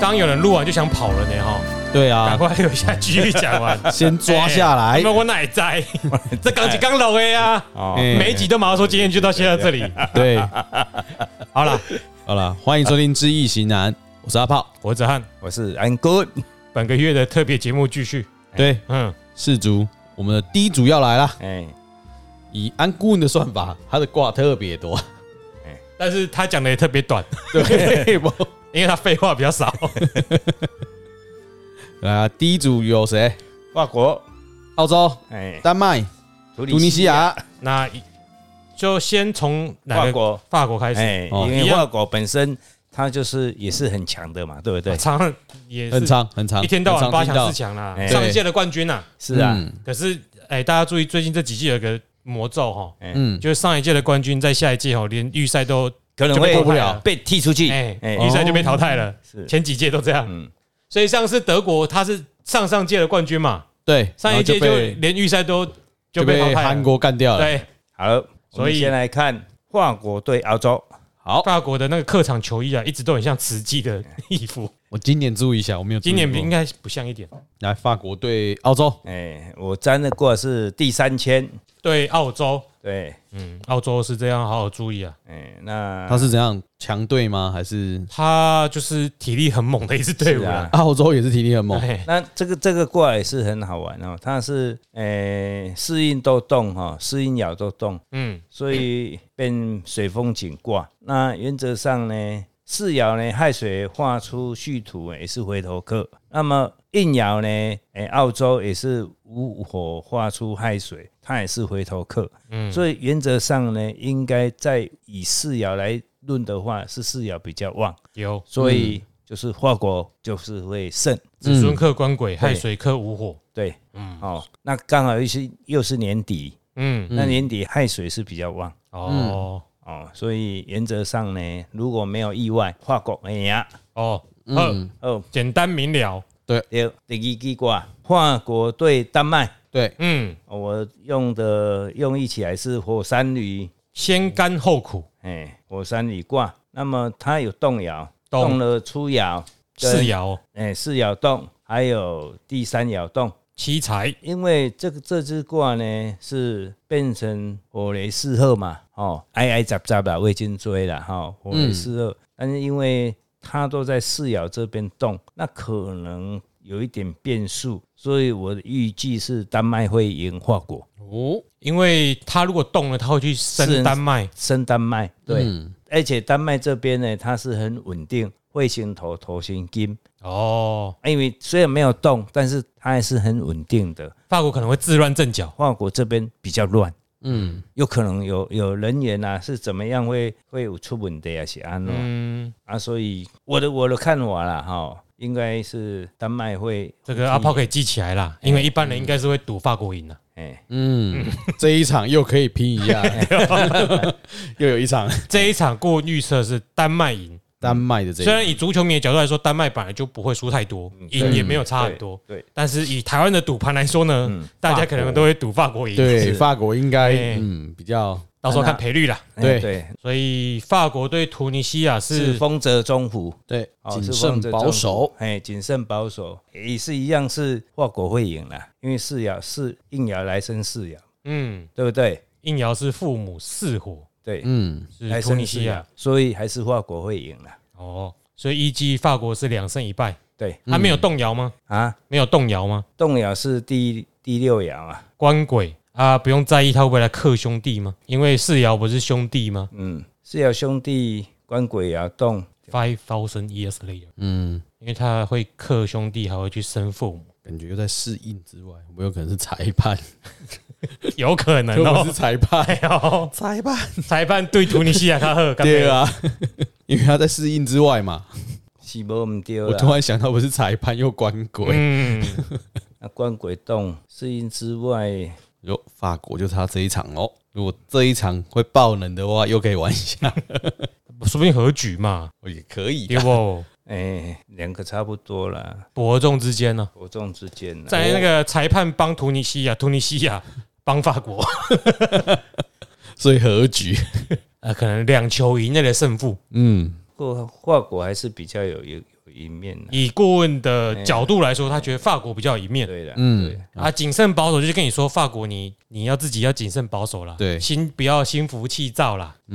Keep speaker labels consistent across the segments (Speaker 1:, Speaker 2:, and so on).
Speaker 1: 刚有人录完就想跑了呢哈，
Speaker 2: 对
Speaker 1: 赶
Speaker 2: 啊，
Speaker 1: 快留下继续讲完。
Speaker 2: 先 抓下来
Speaker 1: 哎那。我哪 在？这刚起刚老 A 啊，
Speaker 3: 哦
Speaker 2: 哎
Speaker 1: 每一集都马上说今天就到现在这里。
Speaker 2: 对，哎
Speaker 1: 好了，
Speaker 2: 好了，欢迎收听《知易行难》，我是阿炮。
Speaker 1: 我子汉，
Speaker 3: 我是 I'm good，
Speaker 1: 本个月的特别节目继续。
Speaker 2: 对，
Speaker 1: 嗯，
Speaker 2: 四组，我们的第一组要来啦。
Speaker 3: 哎，
Speaker 2: 以安顾问的算法，他的卦特别 多。
Speaker 1: 但是他讲的也特别短，
Speaker 2: 对不？
Speaker 1: 因为他废话比较 少。
Speaker 2: 来啊，第一组有谁？
Speaker 3: 法国，
Speaker 2: 澳洲、
Speaker 3: 哎，
Speaker 2: 丹麦、
Speaker 3: 突
Speaker 2: 突尼西，亚。
Speaker 1: 那一就先从哪
Speaker 3: 法
Speaker 1: 个
Speaker 3: 国，
Speaker 1: 法国开始？
Speaker 3: 哎，
Speaker 2: 哦
Speaker 3: 因为法国本身它就是也是很强的嘛，对不对？
Speaker 1: 长也
Speaker 2: 很
Speaker 1: 是
Speaker 2: 长很长，
Speaker 1: 一天到晚
Speaker 2: 很常
Speaker 1: 八
Speaker 2: 听
Speaker 1: 强四强啦，
Speaker 3: 哎
Speaker 1: 上一届的冠军呐。
Speaker 3: 是啊，
Speaker 2: 嗯
Speaker 1: 可是哎，大家注意，最近这几季有个魔咒哈，
Speaker 2: 嗯，
Speaker 1: 就是上一届的冠军在下一届哦，连预赛都
Speaker 3: 可能
Speaker 1: 就被
Speaker 3: 会
Speaker 1: 过不了
Speaker 3: 被踢出去，
Speaker 1: 哎
Speaker 3: 哎，
Speaker 1: 预赛就被淘汰了。
Speaker 3: 是，
Speaker 1: 前几届都这样，
Speaker 3: 嗯，
Speaker 1: 所以上次德国他是上上届的冠军嘛，
Speaker 2: 对，
Speaker 1: 上一届
Speaker 2: 然后
Speaker 1: 就
Speaker 2: 被
Speaker 1: 连预赛都就
Speaker 2: 就
Speaker 1: 被淘
Speaker 2: 被
Speaker 1: 汰了
Speaker 2: 韩国干掉了。
Speaker 1: 对
Speaker 3: 好了，
Speaker 1: 所以
Speaker 3: 我们先来看法国对澳洲，
Speaker 2: 好，
Speaker 1: 法国的那个客场球衣啊，一直都很像慈济的衣服，
Speaker 2: 我今年注意一下，我没有注意
Speaker 1: 今
Speaker 2: 过。
Speaker 1: 年应该不像一点。
Speaker 2: 来法国对澳洲，
Speaker 3: 哎，我沾的过是第三签，
Speaker 1: 对澳洲，
Speaker 3: 对，
Speaker 1: 嗯，澳洲是这样，好好注意啊。
Speaker 3: 哎，那
Speaker 2: 他是怎样强队吗？还是
Speaker 1: 他就是体力很猛的一支队伍
Speaker 3: 是
Speaker 1: 啊
Speaker 3: 啊。
Speaker 2: 澳洲也是啊体力很猛？
Speaker 1: 哎
Speaker 3: 那这个这个过来也是很好玩哦，它是诶适应都动哈，适应鸟都动，
Speaker 1: 嗯，
Speaker 3: 所以变水风景卦。那原则上呢，四爻呢亥水化出戌土也是回头客，那么应爻呢，诶、澳洲也是午火化出亥水，它也是回头客。嗯，所以原则上呢，应该在以四爻来论的话，是四爻比较旺，
Speaker 1: 有
Speaker 3: 所以就是化国就是会胜。
Speaker 1: 子孙克官鬼，亥
Speaker 3: 对
Speaker 1: 水克午火。
Speaker 3: 对，嗯，哦，那刚好又是又是年底，
Speaker 1: 嗯，
Speaker 3: 那年底亥水是比较旺
Speaker 1: 哦
Speaker 3: 哦，所以原则上呢，如果没有意外，化国哎呀，
Speaker 1: 哦，
Speaker 2: 嗯
Speaker 1: 好，
Speaker 3: 哦，
Speaker 1: 简单明了。
Speaker 3: 对，第二记卦，化国对丹麦，
Speaker 2: 对，
Speaker 1: 嗯，
Speaker 3: 哦我用的用意起来是火山旅，
Speaker 1: 先甘后苦，
Speaker 3: 哎，火山旅卦，那么它有动摇，
Speaker 1: 动
Speaker 3: 动了初爻，
Speaker 1: 四
Speaker 3: 跟，
Speaker 1: 爻
Speaker 3: 哎，四爻动，还有第三爻动。
Speaker 1: 七财。
Speaker 3: 因为这个这只卦呢是变成火雷四合嘛，哦，挨挨杂杂啦，未经追啦，哈、哦，火雷四合，但是因为它都在四爻这边动，那可能有一点变数，所以我的预计是丹麦会赢法国，
Speaker 1: 哦，因为他如果动了，他会去生
Speaker 3: 是
Speaker 1: 丹麦。
Speaker 3: 升丹麦，对，
Speaker 2: 嗯
Speaker 3: 而且丹麦这边呢，它是很稳定，彗星头头星金，啊
Speaker 1: 哦，
Speaker 3: 因为虽然没有动，但是它还是很稳定的，
Speaker 1: 法国可能会自乱阵脚。
Speaker 3: 法国这边比较乱。
Speaker 2: 嗯，
Speaker 3: 有可能有有人员啊，是怎么样会会有出问题啊？是安咯、
Speaker 1: 嗯，
Speaker 3: 啊，所以我的我的看法啦，哈，应该是丹麦会
Speaker 1: 这个阿炮可以记起来啦，因为一般人应该是会赌法国啊赢的。
Speaker 3: 哎、
Speaker 2: 嗯，这一场又可以拼一 下，又有一场
Speaker 1: 这一场过预测是丹麦赢，
Speaker 2: 丹麦嗯的这
Speaker 1: 虽
Speaker 2: 一
Speaker 1: 然以足球迷的角度来说，丹麦本来就不会输太多，赢也没有差很多。
Speaker 3: 对，
Speaker 1: 但是以台湾的赌盘来说呢，大家可能都会赌法国赢，
Speaker 2: 对法国应该
Speaker 1: 哎
Speaker 2: 嗯比较
Speaker 1: 到时候看赔率啦。
Speaker 3: 哎
Speaker 2: 对
Speaker 3: 对，
Speaker 1: 所以法国对突尼西亚
Speaker 3: 是
Speaker 1: 是
Speaker 3: 丰泽中府，
Speaker 2: 对
Speaker 3: 哦
Speaker 2: 谨
Speaker 3: 是
Speaker 2: 慎
Speaker 3: 丰泽
Speaker 2: 保
Speaker 3: 中
Speaker 2: 守
Speaker 3: 府，哎，谨慎保守也是一样是华国会赢啦，因为四爻四硬爻来生四爻，
Speaker 1: 嗯，
Speaker 3: 对不对？
Speaker 1: 应爻是父母四火
Speaker 3: 对，
Speaker 2: 嗯
Speaker 1: 是
Speaker 3: 来
Speaker 1: 突
Speaker 3: 生
Speaker 1: 尼
Speaker 3: 四
Speaker 1: 西
Speaker 3: 爻
Speaker 1: 亚，
Speaker 3: 所以还是华国会赢啦，
Speaker 1: 哦，所以依据法国是两胜一败，
Speaker 3: 对
Speaker 1: 他没有动摇吗？
Speaker 3: 啊，
Speaker 1: 没有动摇吗？
Speaker 3: 动爻是第第六爻啊，
Speaker 1: 官鬼啊，不用在意他会不会来克兄弟吗？因为四爻不是兄弟吗
Speaker 3: 嗯，四爻兄弟官鬼爻动。
Speaker 1: ？Five thousand years later，
Speaker 2: 嗯，
Speaker 1: 因为他会克兄弟，还会去生父母。
Speaker 2: 感觉又在适应之外，我有可能是裁 判，
Speaker 1: 有可能
Speaker 2: 可我
Speaker 1: 哦
Speaker 2: 是。裁判，
Speaker 1: 哎呦，
Speaker 2: 裁判
Speaker 1: 裁判对突尼西亚卡赫，
Speaker 2: 对，啊， 因为他在适应之外嘛，
Speaker 3: 是无毋对啊
Speaker 2: 我突
Speaker 3: 啦，
Speaker 2: 然想到，不是裁判又关鬼，
Speaker 1: 嗯，
Speaker 3: 啊，关鬼洞适应之外，
Speaker 2: 有法国就差这一场喽。如果这一场会爆冷的话，又可以玩一下，
Speaker 1: 说不定和局嘛，
Speaker 2: 也可以
Speaker 1: 对不？
Speaker 3: 哎、两个差不多啦，
Speaker 1: 伯仲之间呢，
Speaker 3: 伯仲之间啦。
Speaker 1: 在那个裁判帮突尼西亚，突尼西亚帮法 国，
Speaker 2: 所以和局。
Speaker 1: 呃，可能两球以内的胜负。
Speaker 2: 嗯，
Speaker 3: 不过法国还是比较有有有有赢面啊
Speaker 1: 以顾问的角度来说，他觉得法国比较有一面。
Speaker 3: 对的，
Speaker 2: 嗯，
Speaker 1: 啊，谨慎保守就是跟你说，法国你你要自己要谨慎保守啦，
Speaker 2: 对
Speaker 1: 心不要心浮气躁啦。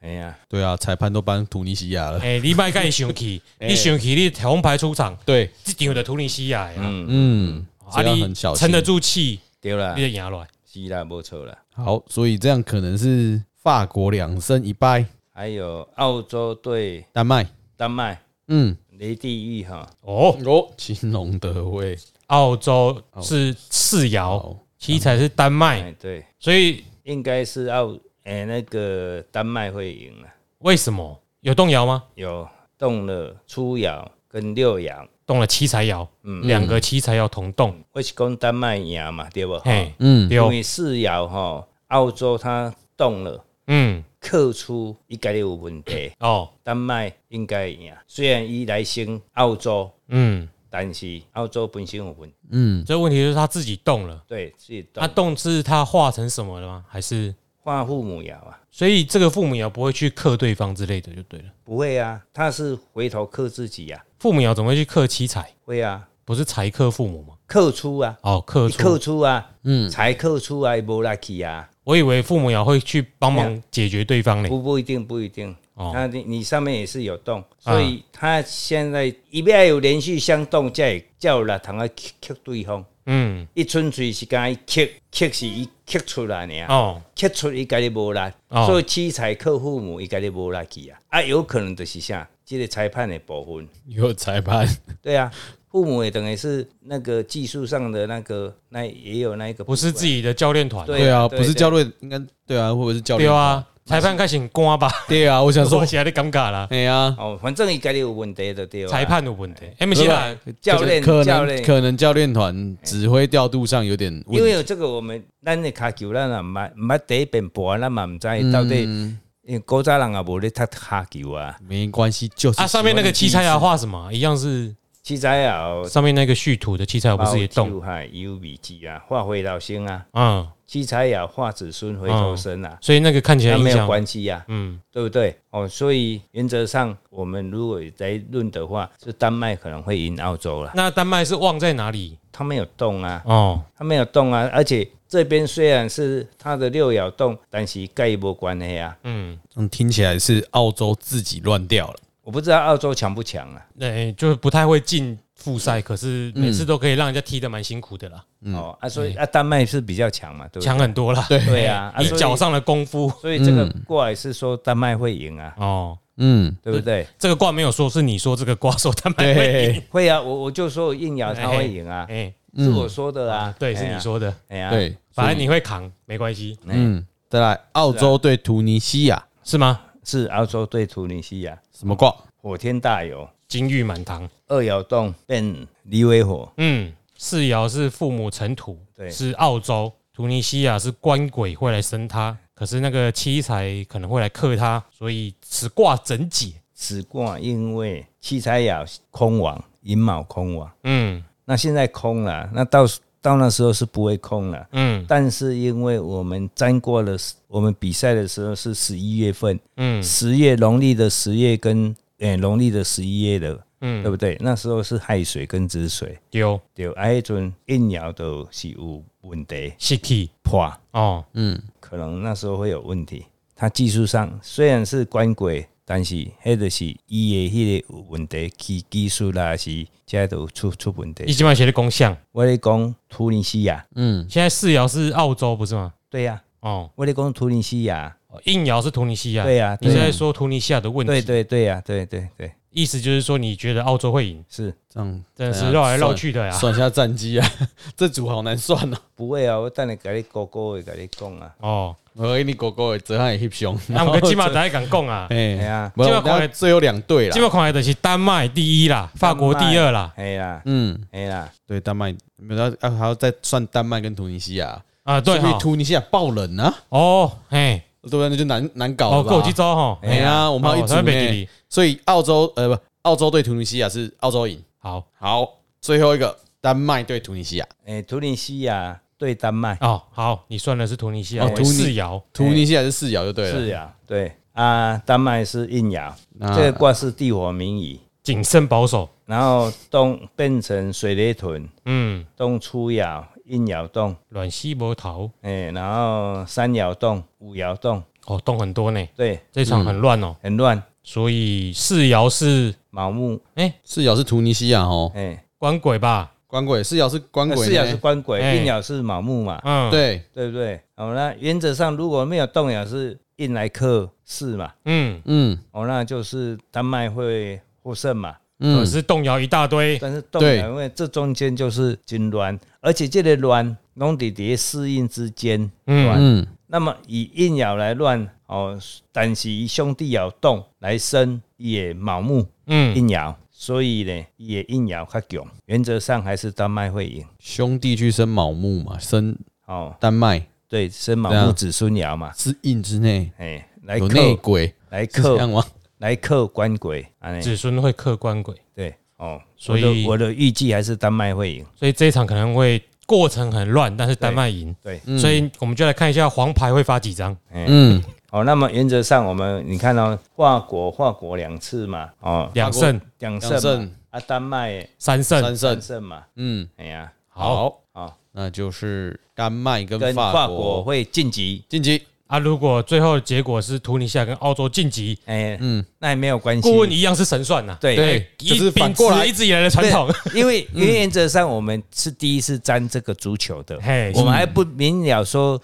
Speaker 3: 哎呀，
Speaker 2: 对啊，裁判都颁突尼西亚了，
Speaker 1: 哎、你别跟你生 气，
Speaker 2: 哎
Speaker 1: 你生气你红牌出场，
Speaker 2: 对，
Speaker 1: 这场的突尼西亚呀，
Speaker 2: 嗯，
Speaker 1: 啊
Speaker 2: 这样
Speaker 1: 你
Speaker 2: 很小
Speaker 1: 沉
Speaker 2: 心
Speaker 1: 得。住气，
Speaker 3: 对啦
Speaker 1: 你，就赢了。
Speaker 3: 是啦，没错啦。
Speaker 2: 好，所以这样可能是法国两胜一败，
Speaker 3: 还有澳洲对
Speaker 2: 丹麦，
Speaker 3: 丹麦
Speaker 2: 嗯，
Speaker 3: 雷地狱哈，
Speaker 1: 哦，
Speaker 2: 哦，青龙得位，
Speaker 1: 澳洲
Speaker 2: 哦
Speaker 1: 是次摇，
Speaker 2: 好，
Speaker 1: 七彩是丹麦，
Speaker 3: 哎对，
Speaker 1: 所以
Speaker 3: 应该是澳哎那个丹麦会赢了，
Speaker 1: 为什么有动摇吗？
Speaker 3: 有动了初摇跟六摇，
Speaker 1: 动了七彩摇，两个七彩摇同动，
Speaker 3: 我是讲丹麦赢嘛，对不？
Speaker 1: 嘿，哦
Speaker 2: 嗯，
Speaker 3: 因
Speaker 1: 有，
Speaker 3: 为四摇哈，澳洲它动了。
Speaker 1: 嗯，
Speaker 3: 克出伊家己有问 题，
Speaker 1: 哦，
Speaker 3: 丹麦应该赢。虽然伊来先澳洲，
Speaker 1: 嗯，
Speaker 3: 但是澳洲本身有问题，
Speaker 2: 嗯，
Speaker 1: 这问题就是他自己动了。
Speaker 3: 对，是
Speaker 1: 他
Speaker 3: 动
Speaker 1: 动是他化成什么了吗？还是
Speaker 3: 化父母爻啊，
Speaker 1: 所以这个父母爻不会去克对方之类的就对了。
Speaker 3: 不会啊，他是回头克自己呀、
Speaker 1: 父母爻怎么会去克七彩？
Speaker 3: 啊，会啊，
Speaker 1: 不是财克父母吗？
Speaker 3: 克出啊，
Speaker 1: 哦，克
Speaker 3: 伊克
Speaker 1: 出。
Speaker 3: 出啊，嗯，才克出啊，伊无力去啊，
Speaker 1: 我以为父母爻会去帮忙解决对方嘞。
Speaker 3: 不不一定不一定，
Speaker 1: 哦啊
Speaker 3: 那你你上面也是有动，所以他现在一定要有连续相动，才会才有力通啊克克对方。
Speaker 1: 嗯，
Speaker 3: 伊纯粹是甲伊克克是伊克出来尔。
Speaker 1: 哦，
Speaker 3: 刻出伊家己无力，
Speaker 1: 哦
Speaker 3: 所以器材客父母伊家己无力去啊，啊有可能就是啥，即、个裁判的部分，
Speaker 2: 有裁判，
Speaker 3: 对啊，父母也等于是那个技术上的那个，那也有那一个
Speaker 1: 不是自
Speaker 3: 己
Speaker 1: 己的教练团。
Speaker 3: 对
Speaker 2: 对啊，
Speaker 3: 对
Speaker 2: 不是
Speaker 3: 对
Speaker 2: 教练，应该对啊，会不会是教
Speaker 1: 对
Speaker 2: 练？，
Speaker 1: 啊，裁判开始刮吧，
Speaker 2: 对啊，我想说
Speaker 1: 说，起来的尴尬啦。
Speaker 2: 哎呀，
Speaker 3: 哦，反正伊家己有问题就对啊，
Speaker 1: 裁判的问题，哎，不是啦，
Speaker 3: 教练
Speaker 2: 可
Speaker 3: 教
Speaker 2: 能
Speaker 3: 练，
Speaker 2: 可能教练团指挥调度上有点
Speaker 3: 因
Speaker 2: 问
Speaker 3: 为
Speaker 2: 题，
Speaker 3: 有这个我们咱的骹球咱也毋捌毋捌第一遍播，咱嘛毋知到底，
Speaker 1: 嗯
Speaker 3: 因为古早人也无咧踢骹球啊，
Speaker 2: 没关系，就是
Speaker 1: 啊，上面那个七彩爻
Speaker 2: 啊，
Speaker 1: 画什么啊？一样是
Speaker 3: 器材也有
Speaker 1: 上面那个续图的七彩爻不是也
Speaker 3: 包
Speaker 1: 动？
Speaker 3: 球啊，有米机啊，化回老星啊，
Speaker 1: 嗯，
Speaker 3: 器材也有化子孙回头生啊。
Speaker 1: 所以哦那个看起来
Speaker 3: 那
Speaker 1: 影
Speaker 3: 没有
Speaker 1: 响，
Speaker 3: 关系呀、
Speaker 1: 嗯，
Speaker 3: 对不对？哦，所以原则上我们如果来论的话，是丹麦可能会赢澳洲了。
Speaker 1: 那丹麦是旺在哪里？
Speaker 3: 他没有动啊，
Speaker 1: 哦，
Speaker 3: 他没有动啊，而且这边虽然是他的六爻动，但是盖一波关系啊。
Speaker 1: 嗯，
Speaker 2: 嗯，听起来是澳洲自己乱掉了，
Speaker 3: 我不知道澳洲强不强啊。
Speaker 1: 那、欸就是不太会进复赛，可是
Speaker 3: 嗯
Speaker 1: 每次都可以让人家踢得蛮辛苦的啦，
Speaker 3: 哦啊，所以啊，丹麦是比较强嘛，对不
Speaker 1: 嗯
Speaker 3: 对？
Speaker 1: 强很多啦。对
Speaker 3: 对 啊，啊
Speaker 1: 以
Speaker 3: 所以
Speaker 1: 脚上的功夫
Speaker 3: 所以这个过来是说丹麦会赢啊，
Speaker 1: 哦，
Speaker 2: 嗯，
Speaker 3: 对不对？
Speaker 1: 这个卦没有说，是你说这个卦说他们会赢
Speaker 2: 对
Speaker 3: 会啊，我我就说硬爻他会赢啊，
Speaker 1: 哎、
Speaker 3: 是我说的啊，
Speaker 1: 对，是你说的，
Speaker 3: 哎呀，哎哎呀，
Speaker 2: 嗯对，
Speaker 1: 反正你会扛，没关系，
Speaker 2: 嗯，再来澳洲对突尼西亚
Speaker 1: 是吗？
Speaker 3: 是澳洲对突尼西亚
Speaker 2: 什么卦？
Speaker 3: 火天大有。
Speaker 1: 金玉满堂，
Speaker 3: 二爻动变离为火，
Speaker 1: 嗯，四爻是父母尘土，
Speaker 3: 对
Speaker 1: 是澳洲，突尼西亚是官鬼会来生他，可是那个七财可能会来克他，所以此卦整解，
Speaker 3: 此卦因为七财爻空亡，寅卯空亡，
Speaker 1: 嗯
Speaker 3: 那现在空了，那到到那时候是不会空了。
Speaker 1: 嗯
Speaker 3: 但是因为我们沾过了，我们比赛的时候是十一月份，
Speaker 1: 嗯
Speaker 3: 十月农历的十月跟诶农历的十一月的，
Speaker 1: 嗯
Speaker 3: 对不对？那时候是亥水跟子水，
Speaker 1: 丢
Speaker 3: 对，啊，迄阵印爻都是有问题
Speaker 1: 是 k
Speaker 3: 破，
Speaker 1: 哦，
Speaker 2: 嗯，
Speaker 3: 可能那时候会有问题。他技术上虽然是官鬼，但是迄个是伊的迄个有问题，技技术啦是这都出出问
Speaker 1: 你
Speaker 3: 题。
Speaker 1: 基本上写的公象。
Speaker 3: 我咧讲突尼西亚，
Speaker 1: 现在四爻是澳洲不是吗？
Speaker 3: 对呀、
Speaker 1: 哦，
Speaker 3: 我咧讲突尼西亚，
Speaker 1: 硬爻是突尼西亚。
Speaker 3: 对呀、
Speaker 1: 你是
Speaker 3: 对呀、
Speaker 1: 在啊说突尼西亚的问题？
Speaker 3: 对对对呀、对对对，
Speaker 1: 意思就是说你觉得澳洲会赢，
Speaker 3: 是
Speaker 2: 这样
Speaker 3: 啊
Speaker 1: 真的是
Speaker 2: 等下
Speaker 1: 绕来绕
Speaker 2: 算
Speaker 1: 去的呀、
Speaker 2: 算一下战绩啊，这组好难算哦。
Speaker 3: 不会啊。我等下甲你哥哥会甲你讲啊，
Speaker 1: 哦，
Speaker 2: 我给你狗狗的折汉也 hip 凶，
Speaker 1: 那我们起码大家敢讲啊，
Speaker 2: 哎
Speaker 3: 哎呀
Speaker 2: 没
Speaker 1: 这
Speaker 2: 有，
Speaker 1: 把看
Speaker 2: 那最有两队
Speaker 1: 基
Speaker 2: 啦，
Speaker 1: 本看来的是丹麦第一啦，法国第二啦，
Speaker 3: 哎呀
Speaker 2: 嗯，
Speaker 3: 哎呀，
Speaker 2: 对，丹麦没有，要还要再算丹麦跟突尼西亚，
Speaker 1: 啊，对
Speaker 2: 说不
Speaker 1: 哈
Speaker 2: 定，突尼西亚爆冷啊，
Speaker 1: 哦，嘿，
Speaker 2: 对不对？那就难难搞
Speaker 1: 哦，
Speaker 2: 了吧。
Speaker 1: 够几招哦哈，
Speaker 2: 哎呀，我们还有一组
Speaker 1: 台湾北地
Speaker 2: 呢，
Speaker 1: 理，
Speaker 2: 所以澳洲呃不，澳洲对突尼西亚是澳洲赢。
Speaker 1: 好
Speaker 2: 好，最后一个丹麦对突尼西亚，
Speaker 3: 哎，突尼西亚对丹麦
Speaker 1: 哦，好，你算的是突尼西亚
Speaker 2: 哦
Speaker 1: 为
Speaker 2: 突尼
Speaker 1: 四爻，
Speaker 2: 突尼西亚是四
Speaker 3: 啊
Speaker 2: 爻就对了。
Speaker 3: 是呀、对啊，丹麦是硬爻，
Speaker 2: 那
Speaker 3: 这个卦是地火明夷，
Speaker 1: 谨慎保守。
Speaker 3: 然后动变成水雷屯，
Speaker 1: 嗯，
Speaker 3: 动初爻、应爻动，
Speaker 1: 卵西伯桃
Speaker 3: 哎、然后三爻动、五爻动，
Speaker 1: 哦，动很多呢，
Speaker 3: 对，
Speaker 1: 这场很乱
Speaker 2: 嗯
Speaker 1: 哦。
Speaker 3: 很乱，
Speaker 1: 所以四爻是
Speaker 3: 盲目，
Speaker 2: 四爻是图尼西亚哦，
Speaker 3: 哎、
Speaker 1: 官鬼吧？
Speaker 2: 官鬼四爻是官
Speaker 3: 那
Speaker 2: 鬼
Speaker 3: 四
Speaker 2: 呢，
Speaker 3: 爻呃是官鬼，
Speaker 1: 哎
Speaker 3: 应爻是盲目嘛，
Speaker 1: 嗯，，
Speaker 2: 对，
Speaker 3: 对不对？好，那原则上如果没有动爻是印来克四嘛，
Speaker 1: 嗯，
Speaker 2: 嗯
Speaker 3: 哦，那就是丹麦会获胜嘛。
Speaker 1: 可
Speaker 2: 嗯，
Speaker 1: 是动摇一大堆，
Speaker 3: 但是动
Speaker 2: 对
Speaker 3: 摇，因为这中间就是金銮，而且这个銮拢伫伫适应之间。
Speaker 1: 嗯，
Speaker 2: 嗯
Speaker 3: 那么以应爻来乱哦，但是以兄弟爻动来生也盲目
Speaker 1: 嗯，
Speaker 3: 应爻，所以呢也应爻较强。原则上还是丹麦会赢。
Speaker 2: 兄弟去生卯木嘛，生
Speaker 3: 哦，
Speaker 2: 丹麦
Speaker 3: 对，生盲
Speaker 2: 对啊
Speaker 3: 目子孙爻嘛，
Speaker 2: 是印之内
Speaker 3: 哎，来
Speaker 2: 有内
Speaker 3: 克
Speaker 2: 鬼，
Speaker 3: 来
Speaker 2: 是这
Speaker 3: 克
Speaker 2: 样吗？
Speaker 3: 来克官鬼，安尼
Speaker 1: 子孙会克官鬼，
Speaker 3: 对哦。
Speaker 1: 所以
Speaker 3: 我的我的预计还是丹麦会赢。
Speaker 1: 所以这一场可能会过程很乱，但是丹麦赢。
Speaker 3: 对，
Speaker 2: 嗯
Speaker 1: 所以我们就来看一下黄牌会发几张。
Speaker 2: 嗯，
Speaker 3: 哦，那么原则上我们你看哦，法国法国两次嘛，哦，
Speaker 1: 两胜
Speaker 3: 两胜
Speaker 2: 两
Speaker 3: 嘛
Speaker 2: 胜
Speaker 3: 啊，丹麦也
Speaker 1: 三胜，
Speaker 2: 三
Speaker 3: 三
Speaker 2: 胜，
Speaker 3: 胜嘛，
Speaker 2: 嗯，
Speaker 3: 哎呀，
Speaker 1: 好
Speaker 2: 好，
Speaker 3: 啊，
Speaker 2: 那就是丹麦跟
Speaker 3: 跟
Speaker 2: 法
Speaker 3: 法
Speaker 2: 国
Speaker 3: 国会晋级，
Speaker 2: 晋级，
Speaker 1: 啊！如果最后结果是图尼西亚跟澳洲晋级，
Speaker 3: 哎，
Speaker 2: 嗯，
Speaker 3: 那也没有关系，
Speaker 1: 顾问一样是神算呐、哎
Speaker 3: 对
Speaker 2: 对
Speaker 1: 一
Speaker 2: 就是反
Speaker 1: 秉
Speaker 2: 过
Speaker 1: 持
Speaker 2: 来
Speaker 1: 一直以来的传
Speaker 3: 对
Speaker 1: 统。
Speaker 3: 因为因为原则上我们是第一次沾这个足球的，
Speaker 1: 嘿，
Speaker 3: 我们还不明了说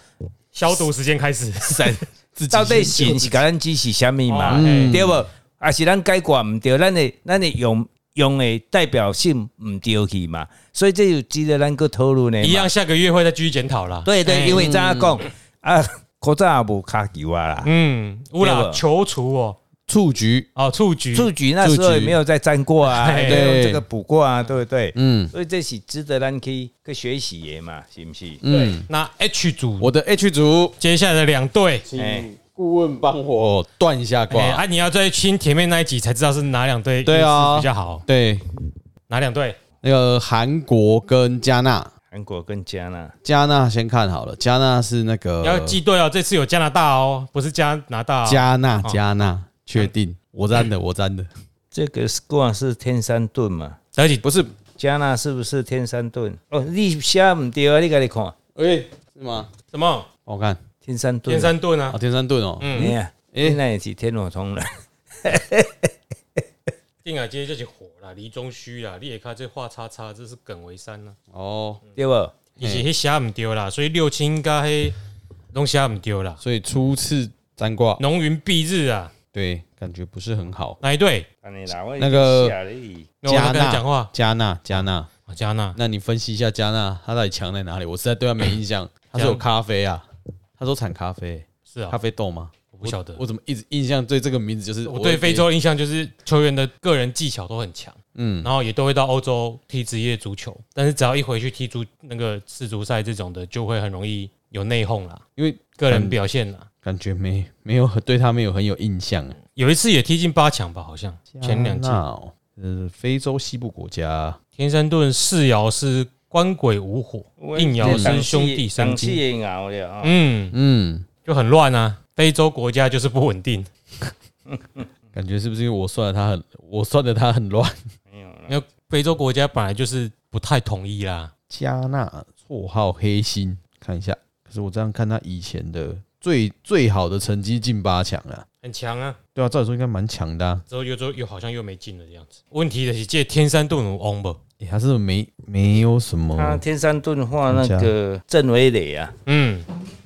Speaker 1: 消毒时间开始。
Speaker 3: 神
Speaker 2: 自己
Speaker 3: 到底
Speaker 2: 先
Speaker 3: 神是甲咱指示什么嘛
Speaker 1: 哦，嗯
Speaker 3: 对不？啊是咱解决唔对，咱的咱的用用的代表性唔对去嘛，所以这就值得咱个讨论的嘛
Speaker 1: 一样，下个月会再继续检讨啦。
Speaker 3: 对对，
Speaker 1: 哎
Speaker 3: 因为怎样讲啊，古早也无卡球啊啦，
Speaker 1: 嗯，乌
Speaker 3: 对
Speaker 1: 啦
Speaker 3: 吧
Speaker 1: 求除哦，
Speaker 2: 蹴鞠，
Speaker 1: 哦，蹴鞠，
Speaker 3: 雏菊那时候也没有再战过啊，
Speaker 1: 雏菊
Speaker 3: 也没有这个补过啊，对不对？
Speaker 2: 嗯
Speaker 3: 所以这是值得咱去去学习的嘛，是不是？
Speaker 2: 嗯，
Speaker 1: 那 H 组
Speaker 2: 我的 H 组，
Speaker 1: 接下来的两队，
Speaker 3: 哎
Speaker 2: 顾问帮我哦断一下
Speaker 1: 哎，
Speaker 2: 卦，
Speaker 1: 啊，你要在听前面那一集才知道是哪两队，
Speaker 2: 对啊
Speaker 1: 比较好，
Speaker 2: 对，
Speaker 1: 哪两队？
Speaker 2: 那个韩国跟加纳。
Speaker 3: 韩国跟加纳，
Speaker 2: 加纳先看好了，加纳是那个
Speaker 1: 要记对哦，这次有加拿大哦，不是加拿大哦，
Speaker 2: 呃加纳，加纳确
Speaker 1: 嗯
Speaker 2: 定，我占的，我占的，
Speaker 3: 这个 score 是天山盾嘛？
Speaker 1: 而且
Speaker 2: 不是，
Speaker 3: 加纳是不是天山盾？哦，你写唔对啊，你给你看
Speaker 2: 哎，是吗？
Speaker 1: 什么
Speaker 2: 我看
Speaker 3: 天山盾，
Speaker 1: 天山盾啊
Speaker 2: 啊，？天山盾哦，
Speaker 3: 哎
Speaker 1: 嗯，
Speaker 3: 呀，
Speaker 2: 哎
Speaker 3: 那也是天火通了，
Speaker 1: 定海街这是火啦，离中虚啦，你也看这画叉叉，这是耿为山啦，
Speaker 2: 哦，
Speaker 3: 对不？
Speaker 1: 以前黑虾唔丢啦，所以六亲应该黑龙虾唔丢啦，
Speaker 2: 所以初次占卦，
Speaker 1: 浓云蔽日啊，
Speaker 2: 对，感觉不是很好。
Speaker 1: 哪一队？
Speaker 3: 安尼啦，我
Speaker 2: 那个
Speaker 3: 写而已
Speaker 1: 我在跟
Speaker 2: 加纳
Speaker 1: 他讲话，
Speaker 2: 加纳，加纳，
Speaker 1: 啊加纳。
Speaker 2: 那你分析一下加纳，他到底强在哪里？我实在对他没印象。他说有咖啡啊，他说产咖啡，
Speaker 1: 是啊
Speaker 2: 咖，啡豆吗？
Speaker 1: 我不晓得。
Speaker 2: 我怎么一直印象对这个名字就是
Speaker 1: 我对非洲的印象就是球员的个人技巧都很强，嗯，
Speaker 2: 嗯
Speaker 1: 然后也都会到欧洲踢职业足球，但是只要一回去踢足那个世足赛这种的，就会很容易有内讧啦，
Speaker 2: 因为
Speaker 1: 个人表现啦。
Speaker 2: 感觉没没有对他没有很有印象。
Speaker 1: 有一次也踢进八强吧，好像前两季。
Speaker 2: 季哦，呃，非洲西部国家，
Speaker 1: 天山盾四爻是官鬼无火，应爻是兄弟生
Speaker 3: 档次
Speaker 1: 金，
Speaker 3: 也熬了啊。
Speaker 1: 嗯，
Speaker 2: 嗯，
Speaker 1: 就很乱啊。非洲国家就是不稳定，
Speaker 2: 感觉是不是因为我算的他很，我算的他很乱？
Speaker 1: 因为非洲国家本来就是不太统一啦。
Speaker 2: 加纳绰号黑心，看一下，可是我这样看他以前的最最好的成绩进八强啊，
Speaker 1: 很强啊，
Speaker 2: 对啊，照理说应该蛮强的、啊，
Speaker 1: 之后又又又好像又没进了这样子。问题的是借天山盾有翁不？
Speaker 2: 诶他是没没有什么，
Speaker 3: 他啊天山盾画那个郑伟磊啊，
Speaker 1: 嗯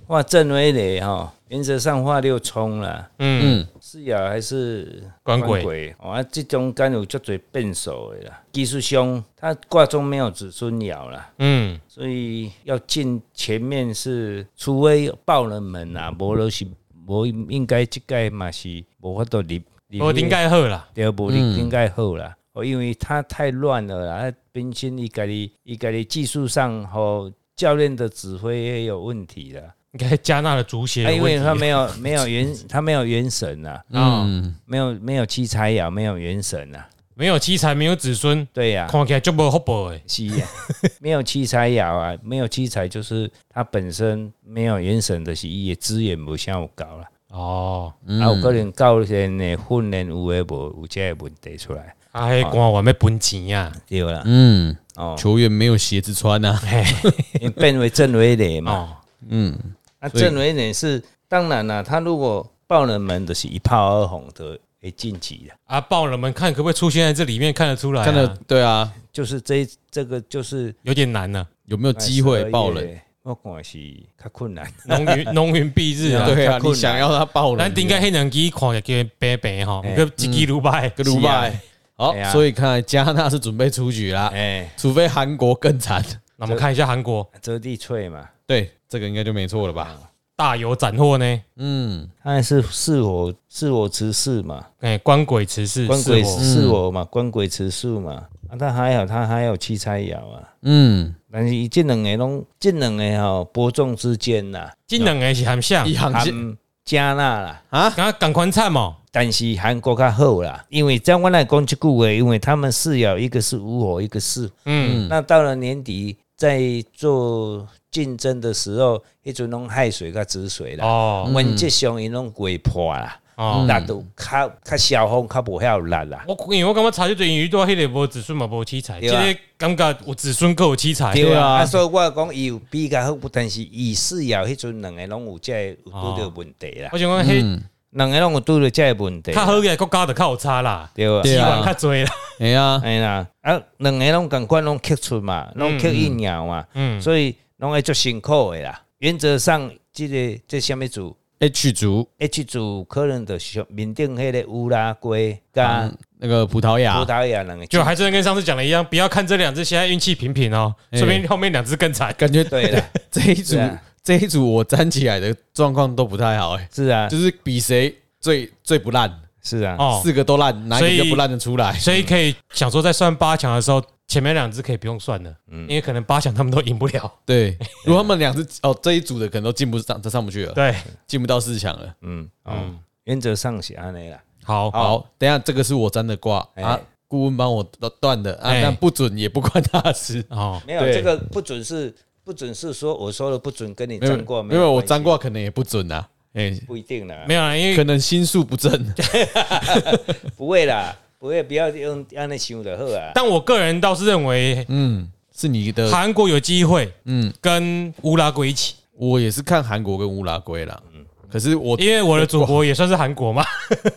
Speaker 3: 画郑伟磊哈，原则上画六冲啦，
Speaker 1: 嗯，
Speaker 2: 嗯，
Speaker 3: 是啊，还是
Speaker 1: 官鬼
Speaker 3: 哦，啊，这中间有足多变数的啦。技术上，他卦中没有子孙爻啦，
Speaker 1: 嗯，
Speaker 3: 所以要进前面是，除非爆了门啦，无就是无应该这届嘛是无法度入，
Speaker 1: 我顶盖好啦，
Speaker 3: 对无入
Speaker 1: 嗯
Speaker 3: 顶盖好啦。哦，因为他太乱了啦，他本身伊家己伊家己技术上和、教练的指挥也有问题啦。
Speaker 1: 应该加纳的足协
Speaker 3: 啊，因
Speaker 1: 有问
Speaker 3: 为
Speaker 1: 题
Speaker 3: 他没有 没有元他没有元神呐、
Speaker 1: 啊，
Speaker 2: 嗯，
Speaker 3: 没有没有七彩爻，没有元神呐、啊
Speaker 1: 没有七财，没有子孙，
Speaker 3: 对呀、
Speaker 1: 看起来就无福报诶。
Speaker 3: 是 呀、没有七彩爻啊，没有七彩就是它本身没有元神的是伊的资源无像有高啦。
Speaker 1: 哦，
Speaker 3: 啊，有可能教练的训练有诶无有这个问题出来，
Speaker 1: 啊，迄官员要分钱啊，
Speaker 3: 对啦，
Speaker 2: 嗯，
Speaker 3: 哦，
Speaker 2: 球员没有鞋子穿 呐、啊，
Speaker 1: 嘿，
Speaker 3: 因为变为郑伟磊嘛，
Speaker 1: 哦，
Speaker 2: 嗯，
Speaker 3: 啊，
Speaker 2: 所以
Speaker 3: 郑伟磊是当然啦，他如果爆冷门的是一炮而红的，会晋级的，
Speaker 1: 啊，爆冷门看可不可以出现在这里面看得
Speaker 3: 哎
Speaker 1: 出来、啊，
Speaker 2: 看的对啊，
Speaker 3: 就是这一这个就是
Speaker 1: 有点难啊呢、
Speaker 2: 有没有机会爆冷？
Speaker 3: 哎。我看是较困难，
Speaker 1: 浓云浓云蔽日啊。
Speaker 2: 对啊，
Speaker 3: 哎较困难
Speaker 2: 你想要他爆冷
Speaker 1: 咱，顶个迄两支看着叫白白吼，
Speaker 3: 嘿
Speaker 1: 个一支如白，
Speaker 2: 个鲁嗯拜好
Speaker 3: 哎，呀
Speaker 2: 所以看来加纳是准备出局啦，
Speaker 3: 哎，
Speaker 2: 除非韩国更惨。
Speaker 1: 那我们看一下韩国
Speaker 3: 啊折地脆嘛，
Speaker 2: 对，这个应该就没错了吧？
Speaker 1: 大有斩获呢，
Speaker 2: 嗯，
Speaker 3: 他啊是是我是我之事嘛，
Speaker 1: 哎，关鬼慈氏，
Speaker 3: 关鬼
Speaker 1: 是我哦
Speaker 3: 是我
Speaker 2: 嗯
Speaker 3: 嘛，关鬼吃素嘛，啊，他还好，他还有七彩窑啊，
Speaker 2: 嗯，
Speaker 3: 但是这两个拢，这两个吼、伯仲之间呐、
Speaker 1: 这两个是很像
Speaker 2: 一，行
Speaker 3: 含
Speaker 2: 线
Speaker 3: 加纳啦，
Speaker 2: 啊，
Speaker 1: 刚刚款惨哦，
Speaker 3: 但是韩国较好啦，因为在我来讲这句话，因为他们是有一个是无火，一个是，
Speaker 1: 嗯，
Speaker 3: 那到了年底在做竞争的时候，迄阵拢海水甲止水啦，
Speaker 1: 哦
Speaker 3: 原则上因拢鬼破啦，
Speaker 1: 哦，
Speaker 3: 力度较较消防较无遐有力啦，
Speaker 1: 我因为我感觉查这阵鱼多迄个无子孙嘛无七彩，这
Speaker 3: 对啊
Speaker 1: 个感觉有子孙够有七彩，
Speaker 3: 对
Speaker 2: 对
Speaker 3: 啊，
Speaker 2: 啊
Speaker 3: 啊所以我讲伊有比较好，但是伊四爻迄阵两个拢有这个有拄着问题啦
Speaker 1: 我，想讲迄
Speaker 2: 嗯，
Speaker 3: 两个拢有拄着这个问题啦，
Speaker 1: 较好个国家就较有差啦，
Speaker 3: 对啊，
Speaker 2: 对
Speaker 1: 希
Speaker 2: 啊
Speaker 1: 望较侪啦，
Speaker 2: 哎呀，
Speaker 3: 哎啦，啊，两个拢共款拢克出嘛，拢克一爻嘛，
Speaker 1: 嗯，
Speaker 3: 所以拢会足辛苦的啦。原则上，即个这什物组
Speaker 2: H 族
Speaker 3: H 组可能就是面顶迄个乌拉圭
Speaker 1: 啊
Speaker 3: 甲
Speaker 2: 嗯，那个葡萄牙
Speaker 3: 葡，萄牙两个
Speaker 1: 就还是跟上次讲的一样，不要看这两只现在运气平平哦，
Speaker 2: 哎
Speaker 1: 说不定后面两只更惨。
Speaker 2: 感觉
Speaker 3: 对啦，
Speaker 2: 这一组
Speaker 3: 对啊
Speaker 2: 这一组我站起来的状况都不太好，哎，
Speaker 3: 是啊，
Speaker 2: 就是比谁最最不烂，
Speaker 3: 是啊，
Speaker 1: 哦，
Speaker 2: 四个都烂，哪一
Speaker 1: 所
Speaker 2: 个
Speaker 1: 以
Speaker 2: 不烂的出 来？
Speaker 1: 所以可以想说，在算八强的时候，前面两只可以不用算了，
Speaker 2: 嗯
Speaker 1: 因为可能八强他们都赢不 了。
Speaker 2: 对，如果他们两只哦这一组的可能都进不上，上不去了，
Speaker 1: 对，
Speaker 2: 进不到四强了。
Speaker 3: 嗯嗯，原则上是安尼啦，
Speaker 1: 好，
Speaker 2: 好，等一下这个是我粘的卦
Speaker 3: 哎
Speaker 2: 啊，顾问帮我断的啊，
Speaker 1: 哎
Speaker 2: 但不准也不关他的事。
Speaker 1: 哦，
Speaker 3: 没有
Speaker 2: 对
Speaker 3: 这个不准是不准是说我说的不准，跟你
Speaker 2: 没有
Speaker 3: 沾过
Speaker 2: 没有，我
Speaker 3: 关系
Speaker 2: 粘卦可能也不准啊，哎，
Speaker 3: 不一定啦，
Speaker 1: 没有啦，因
Speaker 2: 可
Speaker 1: 为
Speaker 2: 能心术不正。
Speaker 3: 不会啦，不会，不要用安尼想就好啊。
Speaker 1: 但我个人倒是认为
Speaker 2: 嗯，是你的，
Speaker 1: 韩国有机会
Speaker 2: 嗯，
Speaker 1: 跟乌拉圭一起，
Speaker 2: 我也是看韩国跟乌拉圭啦。
Speaker 1: 嗯
Speaker 2: 可是我
Speaker 1: 因为我的祖国也算是韩国嘛。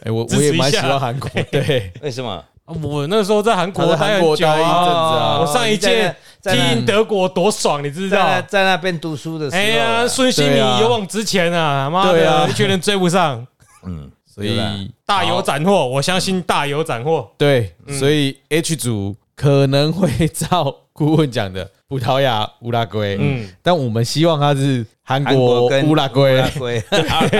Speaker 2: 哎，我
Speaker 1: 支
Speaker 2: 我
Speaker 1: 持
Speaker 2: 也
Speaker 1: 一
Speaker 2: 蛮喜
Speaker 1: 下
Speaker 2: 欢 韩国，对，
Speaker 3: 为什么？
Speaker 1: 我那时候在韩
Speaker 2: 嗯他
Speaker 1: 国
Speaker 2: 在
Speaker 1: 待
Speaker 2: 韩
Speaker 1: 很
Speaker 2: 国
Speaker 1: 久
Speaker 2: 待一阵
Speaker 1: 啊，
Speaker 2: 子啊，
Speaker 1: 我上一届
Speaker 3: 哦在那
Speaker 1: 踢德国多爽，你知
Speaker 3: 在那
Speaker 1: 道？
Speaker 3: 在那边读书的时候、啊
Speaker 1: 哎呀，孙兴
Speaker 2: 对
Speaker 1: 民
Speaker 2: 啊
Speaker 1: 有往直前啊，妈
Speaker 2: 对啊
Speaker 1: 的，一群人追不上，
Speaker 3: 嗯，
Speaker 2: 所以
Speaker 1: 大有斩获，我相信大有斩获。
Speaker 2: 对，
Speaker 1: 嗯
Speaker 2: 所以 H 组可能会照顾问讲的葡萄牙、乌拉圭，嗯
Speaker 1: 嗯，
Speaker 2: 但我们希望它是韩
Speaker 3: 韩
Speaker 2: 国
Speaker 3: 国跟
Speaker 2: 乌拉圭，
Speaker 3: 龟，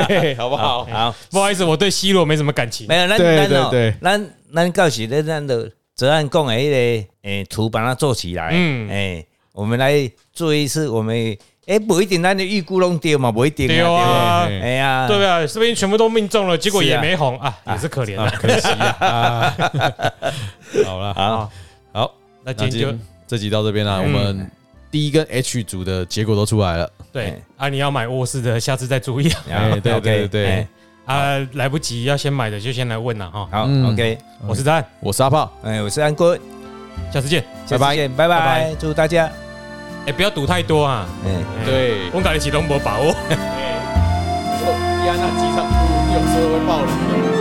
Speaker 2: 嘿好不好？
Speaker 3: 好，
Speaker 1: 不好意思，我对 C 罗没什么感情。
Speaker 3: 没有，咱
Speaker 2: 对
Speaker 3: 咱
Speaker 2: 对
Speaker 3: 哦
Speaker 2: 对，
Speaker 3: 咱咱到时咱咱的泽安讲的迄、个诶图把它做起来，嗯，
Speaker 1: 嗯
Speaker 3: 哎、我们来做一次，我们哎、不一定，咱的预估拢对嘛，不一定
Speaker 1: 对啊
Speaker 3: 对不对哎呀，
Speaker 1: 对不对？这边全部都命中了，结果也没红啊，也是可怜
Speaker 2: 啊，
Speaker 1: 啊。
Speaker 2: 可惜啊！ 好了，
Speaker 1: 哦
Speaker 3: 好，
Speaker 2: 好，
Speaker 1: 那
Speaker 2: 那
Speaker 1: 今
Speaker 2: 今
Speaker 1: 天
Speaker 2: 天
Speaker 1: 就
Speaker 2: 这集到这边啦，我
Speaker 1: 嗯
Speaker 2: 们 D 跟 H 组的结果都出来了，
Speaker 1: 对啊，你要买卧室的，下次再注意 啊。
Speaker 2: 哎对对
Speaker 3: OK，
Speaker 2: 对对
Speaker 3: 哎
Speaker 1: 啊，来不及要先买的就先来问了啊哈。
Speaker 3: 好
Speaker 2: 嗯
Speaker 3: ，OK，
Speaker 1: 我是丹，
Speaker 2: 我是阿炮，
Speaker 3: 哎，我是安哥，
Speaker 1: 下次见。
Speaker 2: 拜
Speaker 3: 下
Speaker 2: 拜
Speaker 3: 次见，拜
Speaker 1: 拜
Speaker 3: 拜，祝大家，
Speaker 1: 哎，不要赌太多啊，
Speaker 3: 哎。
Speaker 2: 对，
Speaker 1: 我感觉启动没把握。
Speaker 2: 亚那机场有时候会爆冷。